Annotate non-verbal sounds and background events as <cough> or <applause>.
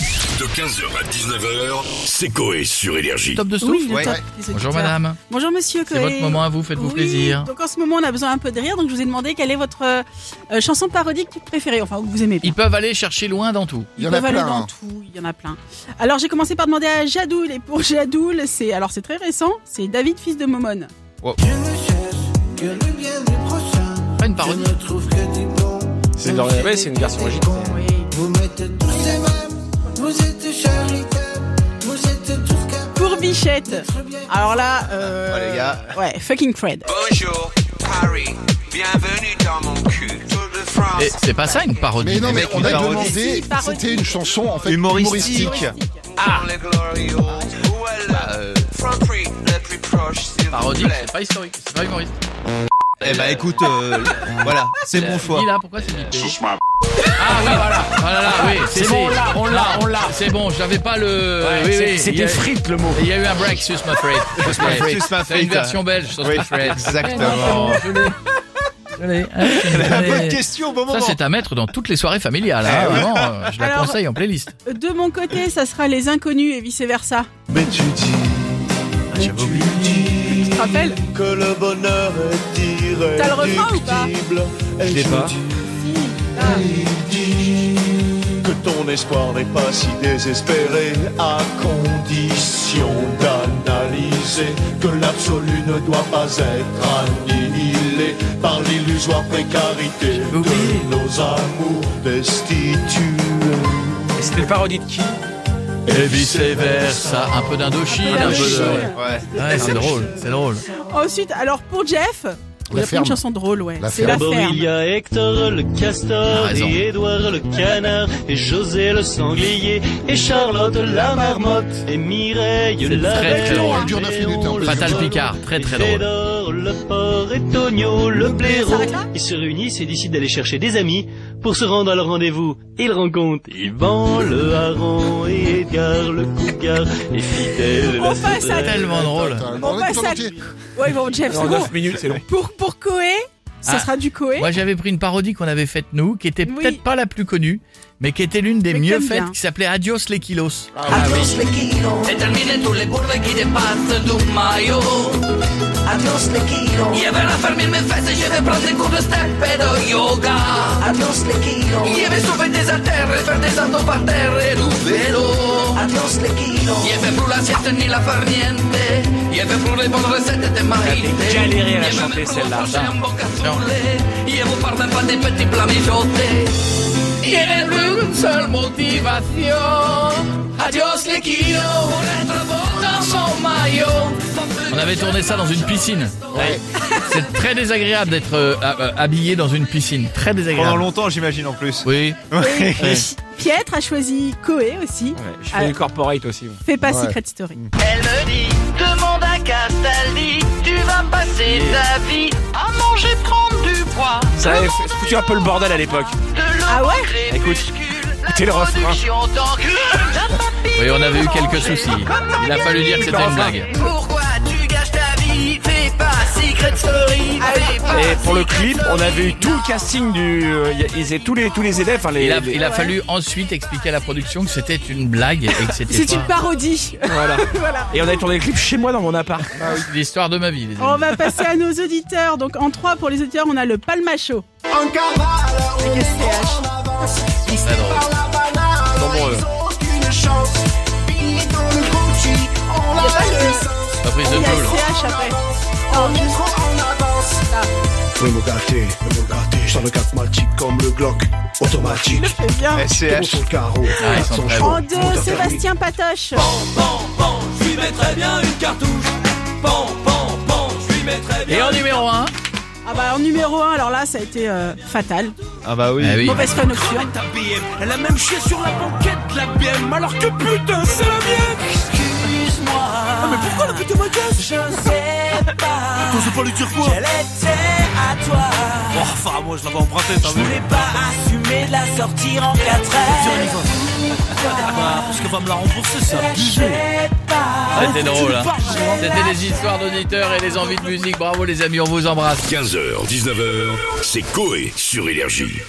De 15h à 19h, c'est Coé sur Énergie. Top de souffle Oui, le ouais. top Ouais. des Bonjour auditeurs. madame. Bonjour monsieur C'est votre moment à vous, faites-vous Oui, plaisir. Donc en ce moment, on a besoin un peu de rire, donc je vous ai demandé quelle est votre euh, euh, chanson parodique préférée, enfin, que vous aimez bien. Ils peuvent aller chercher loin dans tout. Il y en Ils a peuvent aller plein. dans hein. tout, il y en a plein. Alors j'ai commencé par demander à Jadoul, et pour <laughs> Jadoul, c'est alors c'est très récent, c'est David, fils de Momone. Pas une parodie. C'est dans la- ouais, c'est une version originale. Oui. Pour Bichette, alors là, euh, Oh, les gars. ouais, fucking Fred. Bonjour Paris, bienvenue dans mon cul. Tour de France. Et C'est pas ça une parodie. Mais non, mais Avec on une a parodie. demandé, Si, parodie. c'était une chanson en fait Humoristique. humoristique. Ah. Les glorieux. Où est Bah, le euh, Franprix le plus proche, s'il vous Parodie, plaît. c'est pas historique, c'est pas humoriste. Eh bah écoute, <laughs> euh, voilà, c'est mon choix. Dis là, pourquoi c'est bipé Ah oui, voilà, voilà, là, oui, c'est bon, on l'a, on l'a. C'est bon, j'avais pas le. oui, C'est- oui, il y C'était a- frites le mot. Il y a eu un break, sus ma friend. Sus my friend. Sus C'est Oh, my une friend. version belge, sus Oui, my friend. <laughs> exactement. Je l'ai. Je l'ai. Ah, je La l'ai. bonne question au bon Ça, moment. c'est à mettre dans toutes les soirées familiales. hein, vraiment, euh, je la Alors- conseille en playlist. De mon côté, ça sera les inconnus et vice versa. Ah, Mais tu dis. Tu te rappelles Que le bonheur est T'as le refrain ou pas ah. irréductible. Et Je sais tu pas. dis que ton espoir n'est pas si désespéré à condition d'analyser que l'absolu ne doit pas être annihilé par l'illusoire précarité de nos amours destitués. Et C'était une parodie de qui Et vice Ça, un peu d'Indochine, un peu de. Ouais. Ouais, c'est drôle, c'est drôle. Ensuite, alors pour Jeff, on a pris ferme. une chanson drôle, ouais. La C'est la ferme. ferme. y a Hector Il le a castor, raison. et Édouard le canard, et José le sanglier, et Charlotte la marmotte, et Mireille C'est la très, belle, très drôle. et Dur de Léon, finir, hein. le Fatal Picard, très très drôle. le porc et Tonio, le blaireau. s'arrête là Ils se réunissent et décident d'aller chercher des amis pour se rendre à leur rendez-vous. Ils rencontrent Yvan le haron et Edgar le cougar et fidèle On la passe à- fidèle. Tellement drôle. T'as le On droit de passe ton à... métier. Ouais, bon, Jeff, En c'est bon. 9 minutes, c'est long. Pour, pour Coé, ça Ah. sera du Coé. Moi, j'avais pris une parodie qu'on avait faite nous, qui était Oui. peut-être pas la plus connue, mais qui était l'une des Mais mieux t'aimes faites, bien. qui s'appelait Adios les kilos. Adiós le quiero, Et terminez tous les courbes qui dépassent du maillot. adiós le quiero, Je vais raffermir mes fesses et je vais prendre des cours de step et de yoga. adiós le quiero, Je vais sauver des haltères et faire des saltos par terre et du vélo. adiós le quiero, Nieve pour la sieste ni la farniente. Nieve pour les bonnes recettes de marité. T'as galéré à la chanter, celle-là. un eh. bon cassoulet. Nieve vous pardonne pas des petits plats mijotés. Nieve une seule motivation. Adios les kilos. Pour être beau dans son maillot. On avait tourné ça dans une piscine. C'est très désagréable d'être euh, ha- euh, habillé dans une piscine. Très Pendant désagréable. longtemps, j'imagine en plus. Oui. Et Pietre a choisi Coé aussi. Ouais, je Ah. fais du corporate aussi. moi. Fais pas Ouais. Mm. Secret Story. Elle me dit, demande à Castaldi, tu vas passer ta vie à manger, prendre du poids. Ça avait fait- foutu un peu le bordel à l'époque. De l'eau Ah ouais au crépuscule, écoutez le la refrain. production d'encre, <laughs> la papille Oui, on avait eu manger. quelques soucis. Il a fallu dire que c'était une blague. Pourquoi tu gâches ta vie Fais pas Secret Story, fais pas Et pour le Secret clip, on avait eu tout le casting du. euh, y a- Ils étaient tous les tous les élèves. Enfin, les, Il a, les- il a fallu ensuite expliquer à la production que c'était une blague et que c'était C'est une pas parodie. <laughs> Voilà. voilà. Et on avait tourné le clip chez moi dans mon appart. l'histoire de ma vie. les amis. On va passer à nos auditeurs. Donc en trois pour les auditeurs, on a le Palmacho. Avec SCH. Très drôle. Nombreux. Il y a pas le- La prise de Il y a bleu, là. CH après. Le mot gâté, le mot gâté, je t'en regarde mal chic comme le Glock, automatique, C'est bien. t'es bon SCH. sur le carreau, Ah, ils sont très bons. En deux, Sébastien Patoche. Et en numéro 1 Ah bah en numéro 1, alors là, ça a été euh, fatal. Ah bah oui. oui. Mauvaise foi nocturne. Elle a même chié sur la banquette de la BM alors que putain c'est la mienne Excuse-moi Mais pourquoi la pute ma gueule Je sais pas T'oses pas lui dire quoi Qu'elle était à toi Oh enfin moi je l'avais emprunté t'as vu Je voulais pas assumer de la sortir en 4 ailes Parce que va me la rembourser ça C'était drôle, hein. C'était des histoires d'auditeurs et des envies de musique. Bravo les amis, on vous embrasse. 15h, 19h, c'est Coé sur Énergie.